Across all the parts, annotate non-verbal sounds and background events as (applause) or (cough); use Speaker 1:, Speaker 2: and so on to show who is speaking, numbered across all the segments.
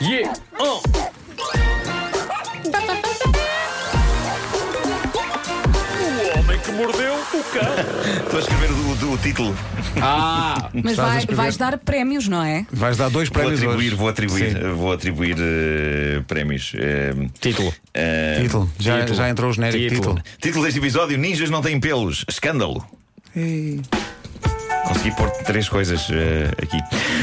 Speaker 1: Yeah! Oh. O homem que mordeu o cão.
Speaker 2: Estou a escrever o, o- o título.
Speaker 1: Ah!
Speaker 3: Mas
Speaker 4: Estás a
Speaker 3: vai-
Speaker 4: escrever.
Speaker 3: vais dar prémios, não é?
Speaker 4: Vais dar dois
Speaker 2: Vou
Speaker 4: prémios
Speaker 2: atribuir,
Speaker 4: hoje.
Speaker 2: vou atribuir,
Speaker 4: Sim.
Speaker 2: eh, vou atribuir eh, prémios. Eh,
Speaker 1: Título.
Speaker 2: eh,
Speaker 4: Título. Já,
Speaker 1: Título.
Speaker 4: já entrou o genérico
Speaker 1: Título.
Speaker 4: título.
Speaker 2: Título deste episódio: Ninjas não têm pelos. Escândalo.
Speaker 4: Ei.
Speaker 2: Consegui pôr três coisas eh, aqui.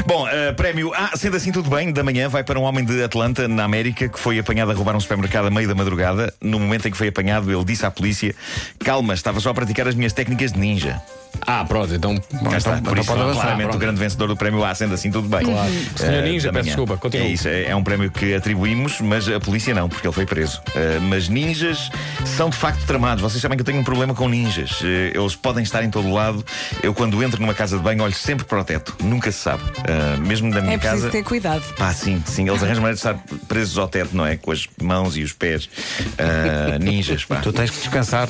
Speaker 2: Bom, eh, prémio Ah, sendo assim tudo bem, da manhã vai para um homem de Atlanta, na América, que foi apanhado a roubar um supermercado a meio da madrugada. No momento em que foi apanhado, ele disse à polícia: Calma, estava só a praticar as minhas técnicas de ninja.
Speaker 1: Ah, pronto, então.
Speaker 2: Cá está,
Speaker 4: então-
Speaker 2: por
Speaker 4: então
Speaker 2: isso,
Speaker 4: pode
Speaker 2: não,
Speaker 4: avançar,
Speaker 2: claramente
Speaker 1: pronto.
Speaker 2: o grande vencedor do prémio A, sendo assim tudo bem.
Speaker 1: Claro.
Speaker 2: Eh,
Speaker 1: Senhor Ninja, peço
Speaker 2: da manhã.
Speaker 1: desculpa, continue.
Speaker 2: É isso, é, é um prémio que atribuímos, mas a polícia não, porque ele foi preso. Eh, mas ninjas são de facto tramados. Vocês sabem que eu tenho um problema com ninjas. Eh, eles podem estar em todo o lado. Eu, quando entro numa casa de banho, olho sempre para o teto. Nunca se sabe. Eh, mesmo da minha
Speaker 3: É preciso
Speaker 2: casa.
Speaker 3: ter cuidado.
Speaker 2: Pá, sim, sim, eles arranjam maneira de estar presos ao teto, não é? Com as mãos e os pés. Eh, ninjas, pá.
Speaker 4: Tu tens que descansar,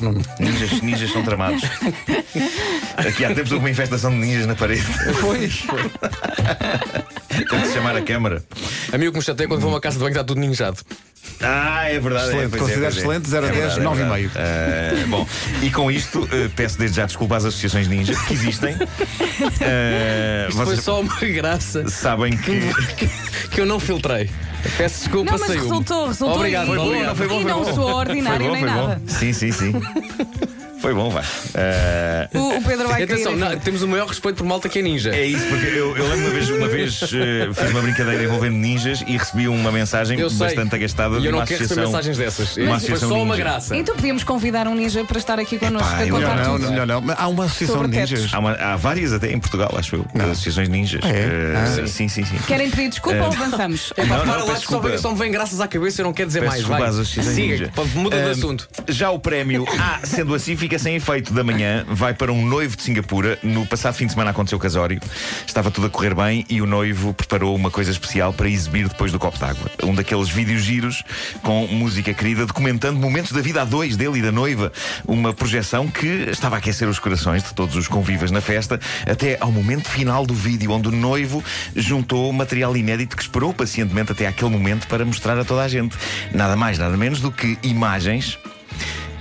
Speaker 3: (laughs)
Speaker 4: Nuno.
Speaker 2: Ninjas, ninjas são tramados. Aqui há tempos houve uma infestação de ninjas na parede.
Speaker 4: Pois.
Speaker 2: Tem de chamar a câmara.
Speaker 1: A mim o que me chateia é quando vou a uma casa de banho que está tudo ninjado.
Speaker 2: Ah, é verdade.
Speaker 4: Excelente.
Speaker 2: é, pois
Speaker 4: Considero
Speaker 2: é, pois é.
Speaker 4: excelente, 0 a 10,
Speaker 2: verdade,
Speaker 4: 9,5.
Speaker 2: verdade. Ah, bom, e com isto eh, peço desde já desculpa às associações ninja que existem. Ah,
Speaker 1: Foi
Speaker 2: vocês
Speaker 1: só uma graça
Speaker 2: sabem que.
Speaker 1: que, que eu não filtrei. Peço desculpa,
Speaker 3: Não, mas
Speaker 1: saiu.
Speaker 3: resultou, resultou.
Speaker 1: Obrigado,
Speaker 3: e,
Speaker 1: Foi bom, obrigado. não, foi
Speaker 2: bom,
Speaker 3: E
Speaker 2: foi
Speaker 3: não
Speaker 2: bom.
Speaker 3: sou ordinário nem nada.
Speaker 2: Sim, sim, sim. Foi bom, vá. Ah,
Speaker 3: O, o Pedro vai
Speaker 1: Atenção,
Speaker 3: cair.
Speaker 1: não, temos o maior respeito por malta que é ninja.
Speaker 2: É isso, porque eu, eu lembro uma vez, uma vez eh, fiz uma brincadeira envolvendo ninjas e recebi uma mensagem
Speaker 1: Eu sei.
Speaker 2: bastante agastada
Speaker 1: E
Speaker 2: de
Speaker 1: eu
Speaker 2: uma
Speaker 1: não quero receber
Speaker 2: associação.
Speaker 1: mensagens dessas.
Speaker 2: uma
Speaker 1: Foi
Speaker 2: associação
Speaker 1: só uma
Speaker 2: ninja.
Speaker 1: graça.
Speaker 3: Então podíamos convidar um ninja para estar aqui connosco
Speaker 2: tá. Epá,
Speaker 3: a
Speaker 2: eu
Speaker 3: contar
Speaker 4: Melhor não,
Speaker 3: tudo.
Speaker 4: melhor não. Mas Há uma associação de
Speaker 3: Sobre
Speaker 4: ninjas.
Speaker 3: tetos.
Speaker 2: Há, uma- há várias até em Portugal, acho eu, de associações ninjas.
Speaker 4: Ah, é?
Speaker 2: Eh,
Speaker 4: Ah.
Speaker 2: sim, sim, sim, sim.
Speaker 3: Querem pedir desculpa ou
Speaker 2: (laughs)
Speaker 3: avançamos?
Speaker 1: É pá,
Speaker 2: Não, não,
Speaker 1: para
Speaker 2: peço
Speaker 1: lá que só,
Speaker 2: desculpa.
Speaker 1: vem- só me vem graças à cabeça, eu não quero dizer
Speaker 2: Peço
Speaker 1: mais.
Speaker 2: desculpa
Speaker 1: vai.
Speaker 2: às associações
Speaker 1: Siga,
Speaker 2: ninja.
Speaker 1: pá, muda de
Speaker 2: Ah,
Speaker 1: assunto.
Speaker 2: Já o prémio (laughs) A, sendo assim, fica sem efeito da manhã. Vai para um noivo de Singapura. No passado fim de semana aconteceu o casório. Estava tudo a correr bem e o noivo preparou uma coisa especial para exibir depois do copo d'água. Um daqueles videogiros com música querida, documentando momentos da vida a dois dele e da noiva. Uma projeção que estava a aquecer os corações de todos os convivas na festa, até ao momento final do vídeo, onde o noivo juntou material inédito que esperou pacientemente até aquele momento para mostrar a toda a gente. Nada mais, nada menos do que imagens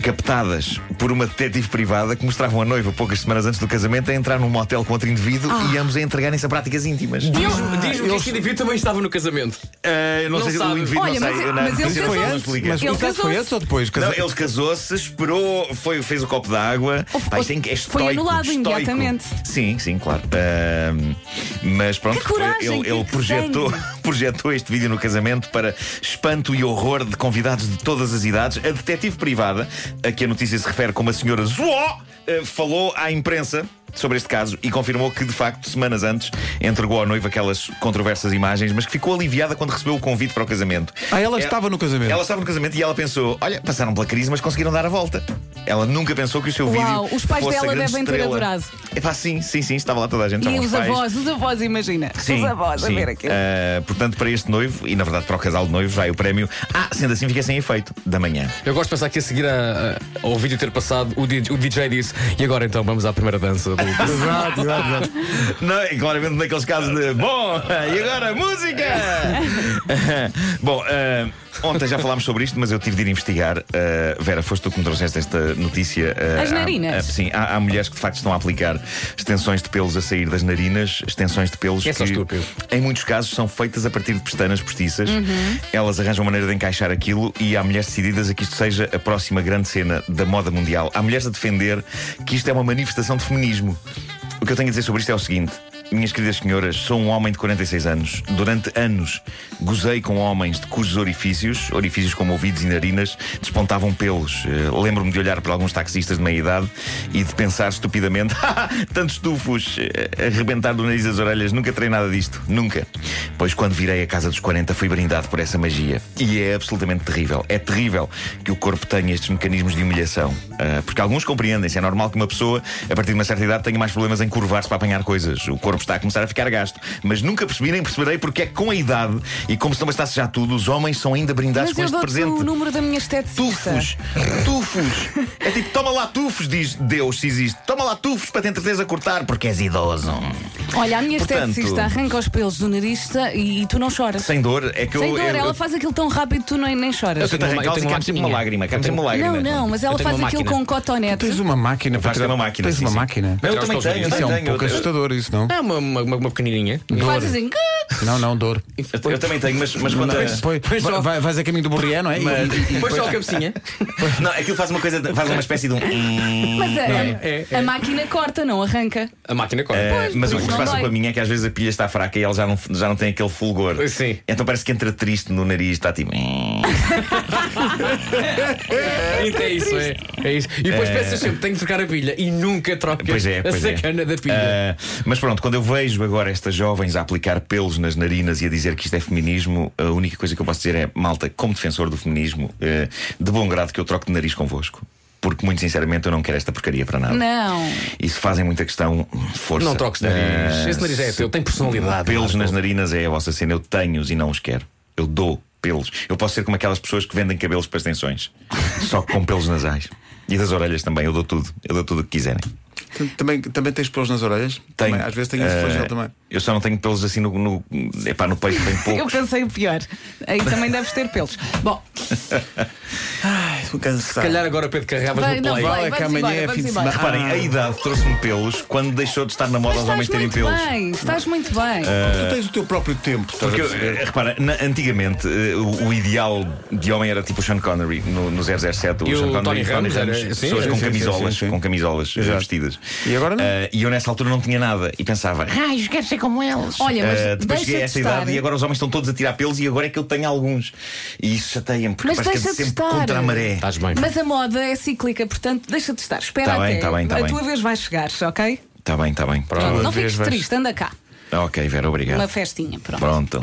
Speaker 2: captadas por uma detetive privada que mostravam a noiva poucas semanas antes do casamento a entrar num motel com outro indivíduo e ambos a entregarem-se a práticas íntimas.
Speaker 1: Diz-me diz que este indivíduo também estava no casamento.
Speaker 2: Eh, eu não,
Speaker 1: Não
Speaker 2: sei,
Speaker 1: sabe.
Speaker 2: o indivíduo
Speaker 3: Olha,
Speaker 2: não é?
Speaker 3: mas-
Speaker 2: sei. eu
Speaker 3: mas ele
Speaker 2: eu
Speaker 3: casou-se.
Speaker 2: não explica.
Speaker 4: Mas
Speaker 3: Ele
Speaker 4: o caso foi
Speaker 3: casou-se.
Speaker 4: antes ou depois?
Speaker 2: Não,
Speaker 4: Casa-
Speaker 2: ele casou-se, esperou, foi, fez o copo d'água.
Speaker 3: Ou-
Speaker 2: Pá, isto é,
Speaker 3: ou-
Speaker 2: é
Speaker 3: foi
Speaker 2: estoico,
Speaker 3: anulado
Speaker 2: estoico.
Speaker 3: imediatamente.
Speaker 2: Sim, sim, claro. Ahm, mas pronto,
Speaker 3: Que coragem,
Speaker 2: foi- ele,
Speaker 3: que-
Speaker 2: ele
Speaker 3: que
Speaker 2: projetou, (laughs) projetou este vídeo no casamento para espanto e horror de convidados de todas as idades. A detetive privada, a que a notícia se refere como a senhora Zuó, eh, falou à imprensa. Sobre este caso e confirmou que, de facto, semanas antes entregou ao noivo aquelas controversas imagens, mas que ficou aliviada quando recebeu o convite para o casamento.
Speaker 4: Ah, ela estava no casamento.
Speaker 2: É- Ela estava no casamento e ela pensou: olha, passaram pela crise, mas conseguiram dar a volta. Ela nunca pensou que o seu
Speaker 3: Uau,
Speaker 2: vídeo.
Speaker 3: os pais
Speaker 2: fosse a
Speaker 3: dela
Speaker 2: grande
Speaker 3: devem ter
Speaker 2: estrela.
Speaker 3: adorado.
Speaker 2: Epá, sim, sim, sim, estava lá toda a gente.
Speaker 3: E
Speaker 2: estavam
Speaker 3: os
Speaker 2: pais.
Speaker 3: avós, os avós, imagina. os avós, a
Speaker 2: Então, sim.
Speaker 3: ver aquilo.
Speaker 2: Ah, portanto, para este noivo, e na verdade para o casal de noivos, vai o prémio. Ah, sendo assim, fica sem efeito da
Speaker 4: (laughs)
Speaker 2: manhã.
Speaker 1: Eu gosto de pensar que a seguir a- a- ao vídeo ter passado, o DJ, o DJ disse: E agora então vamos à primeira dança. do-
Speaker 4: Exato, exato, exato.
Speaker 2: Não, e claramente naqueles casos de bom, e agora
Speaker 3: (laughs)
Speaker 2: música! bom, ah, ontem já falámos sobre isto, mas eu tive de ir investigar. Ah, Vera, foste tu que me trouxeste esta notícia. ah,
Speaker 3: As
Speaker 2: há-
Speaker 3: narinas.
Speaker 2: ah, sim, há, há mulheres que de facto estão a aplicar extensões de pelos a sair das narinas, extensões de pelos
Speaker 1: É
Speaker 2: que
Speaker 1: só estúpido.
Speaker 2: em muitos casos são feitas a partir de pestanas postiças.
Speaker 1: Uhum.
Speaker 2: Elas arranjam maneira de encaixar aquilo e há mulheres decididas a que isto seja a próxima grande cena da moda mundial. Há mulheres a defender que isto é uma manifestação de feminismo. O que eu tenho a dizer sobre isto é o seguinte. Minhas queridas senhoras, sou um homem de 46 anos. Durante anos gozei com homens de cujos orifícios, orifícios como ouvidos e narinas, despontavam pelos. Eh, Lembro-me de olhar para alguns taxistas de meia idade e de pensar estupidamente: (laughs) "Ah, tantos tufos, eh, arrebentar do nariz as orelhas, nunca terei nada disto, nunca. Pois quando virei a casa dos 40 fui brindado por essa magia. E é absolutamente terrível. É terrível que o corpo tenha estes mecanismos de humilhação. Ah, porque alguns compreendem-se. É normal que uma pessoa, a partir de uma certa idade, tenha mais problemas em curvar-se para apanhar coisas. O corpo corpo está a começar a ficar gasto. Mas nunca percebi nem perceberei porque é que com a idade e como se não bastasse já tudo, os homens são ainda brindados
Speaker 3: Mas
Speaker 2: com
Speaker 3: eu
Speaker 2: este
Speaker 3: dou-te um o
Speaker 2: presente.
Speaker 3: número da minha esteticista.
Speaker 2: Tufos, tufos. É tipo, toma lá tufos, diz Deus se existe. Toma lá tufos para te entreteres a cortar porque és idoso.
Speaker 3: Olha, a minha
Speaker 2: Portanto-
Speaker 3: esteticista arranca os pelos do nariz e, e tu não choras.
Speaker 2: Sem dor, é que
Speaker 3: Sem
Speaker 2: eu.
Speaker 3: dor,
Speaker 2: eu-
Speaker 3: ela
Speaker 2: eu-
Speaker 3: faz aquilo tão rápido que tu nem, nem choras.
Speaker 2: Eu
Speaker 1: tenho uma-
Speaker 2: tenho,
Speaker 1: eu
Speaker 2: calça
Speaker 1: tenho
Speaker 2: e
Speaker 1: uma
Speaker 2: cai sempre uma
Speaker 1: maquininha.
Speaker 2: lágrima, cai sempre uma lágrima.
Speaker 3: Não, não, mas ela
Speaker 1: Eu tenho
Speaker 3: faz
Speaker 1: uma
Speaker 3: aquilo
Speaker 1: máquina.
Speaker 3: com um cotonete.
Speaker 4: Tens uma máquina para
Speaker 2: Faz
Speaker 4: tirar.
Speaker 2: uma máquina,
Speaker 4: Tens
Speaker 2: sim,
Speaker 4: uma
Speaker 2: sim.
Speaker 4: máquina.
Speaker 2: Eu
Speaker 1: Tirar os
Speaker 2: também
Speaker 1: pelos do
Speaker 2: tenho, eu
Speaker 1: nariz.
Speaker 4: Isso é
Speaker 2: também
Speaker 4: um
Speaker 2: tenho.
Speaker 4: pouco
Speaker 2: Eu-
Speaker 4: assustador, isso não?
Speaker 1: É uma, uma, uma pequenininha.
Speaker 2: um
Speaker 3: Faz assim.
Speaker 4: Não, não, dor.
Speaker 2: Eu é eu também tenho, mas, mas quando.
Speaker 4: Pois,
Speaker 1: Pois
Speaker 4: vai-
Speaker 1: só-
Speaker 4: vai- vais a caminho do Borrié, não é? E- e-
Speaker 1: Depois só a cabecinha.
Speaker 2: Não, aquilo faz uma coisa, faz uma espécie de um.
Speaker 3: (laughs) Mas a,
Speaker 1: é, é.
Speaker 3: a máquina corta, não arranca.
Speaker 1: A máquina corre.
Speaker 2: Eh, mas o
Speaker 3: pois
Speaker 2: que se
Speaker 3: não
Speaker 2: passa
Speaker 3: dói.
Speaker 2: com a minha é que às vezes a pilha está fraca e ela já não, já não tem aquele fulgor.
Speaker 1: Sim.
Speaker 2: Então parece que entra triste no nariz, está tipo.
Speaker 1: Então é isso, é, é isso. E depois pensas sempre, tenho que trocar a pilha e nunca trocas
Speaker 2: Pois é,
Speaker 1: a
Speaker 2: pois é.
Speaker 1: sacana da pilha.
Speaker 2: Ah, mas pronto, quando eu vejo agora estas jovens a aplicar pelos nas narinas e a dizer que isto é feminismo, a única coisa que eu posso dizer é, malta, como defensor do feminismo, eh, de bom grado que eu troco de nariz convosco. Porque, muito sinceramente, eu não quero esta porcaria para nada.
Speaker 3: Não.
Speaker 2: E se fazem muita questão, hum, força.
Speaker 1: Não troques nariz.
Speaker 2: Eh,
Speaker 1: Esse nariz é
Speaker 2: se-
Speaker 1: teu, tem personalidade.
Speaker 2: Pelos
Speaker 1: Marco.
Speaker 2: nas narinas é a vossa cena. Eu tenho-os e não os quero. Eu dou pelos. Eu posso ser como aquelas pessoas que vendem cabelos para extensões, só que com pelos nasais. E das orelhas também, eu dou tudo. Eu dou tudo o que quiserem.
Speaker 4: Também, também tens pelos nas orelhas? Também, às vezes tenho esse
Speaker 2: eh,
Speaker 4: flagelo também.
Speaker 2: Eu só não tenho pelos assim no, no, epá, no peito,
Speaker 3: (laughs)
Speaker 2: bem
Speaker 3: Eu
Speaker 2: poucos.
Speaker 3: pensei o pior. Aí também deves ter pelos. Bom,
Speaker 4: Ai, estou cansado.
Speaker 1: Se calhar agora Pedro carregavas
Speaker 3: vai,
Speaker 1: no
Speaker 3: não,
Speaker 1: play.
Speaker 3: vai,
Speaker 4: Olha
Speaker 3: vamos
Speaker 4: que amanhã
Speaker 3: embora,
Speaker 4: é
Speaker 3: vamos
Speaker 4: fim de
Speaker 3: embora.
Speaker 4: semana.
Speaker 2: Reparem, a idade trouxe-me pelos quando deixou de estar na moda
Speaker 3: Ah. Mas
Speaker 2: os homens
Speaker 3: estás
Speaker 2: terem
Speaker 3: muito
Speaker 2: pelos.
Speaker 3: bem, estás muito bem.
Speaker 4: Tu tens o teu próprio tempo, estás
Speaker 2: Porque,
Speaker 4: a perceber?
Speaker 2: eh, repara, na- antigamente eh, o, o ideal de homem era tipo o Sean Connery no, no 007, o
Speaker 1: E o
Speaker 2: Sean Connery
Speaker 1: Tony
Speaker 2: e
Speaker 1: Ramos era- sim,
Speaker 2: pessoas
Speaker 1: sim,
Speaker 2: com
Speaker 1: sim,
Speaker 2: camisolas,
Speaker 4: sim, sim.
Speaker 2: com camisolas eh,
Speaker 4: Exato.
Speaker 2: vestidas.
Speaker 4: E agora não?
Speaker 2: Eh, e eu nessa altura não tinha nada e pensava, raios, quero ser como eles.
Speaker 3: Olha, mas
Speaker 2: Eh, depois
Speaker 3: deixa
Speaker 2: cheguei a
Speaker 3: de
Speaker 2: essa
Speaker 3: estar.
Speaker 2: idade e agora os homens estão todos a tirar pelos e agora é que eu tenho alguns. E isso chateia-me, porque
Speaker 3: Mas
Speaker 2: parece que é
Speaker 3: deixa de
Speaker 2: sempre
Speaker 3: estar.
Speaker 2: contra a maré.
Speaker 1: Estás bem.
Speaker 3: Mas a moda é cíclica, portanto, deixa de estar. Espera
Speaker 2: Tá
Speaker 3: até.
Speaker 2: bem, tá bem, tá
Speaker 3: a
Speaker 2: bem.
Speaker 3: tua vez vai chegar, ok?
Speaker 2: Está Tá bem, está bem.
Speaker 3: Pronto,
Speaker 2: Pronto.
Speaker 3: não fiques
Speaker 4: vez vais-
Speaker 3: triste, anda cá.
Speaker 2: É. Ok, Vera, obrigado.
Speaker 3: Uma festinha, pronto.
Speaker 2: Pronto.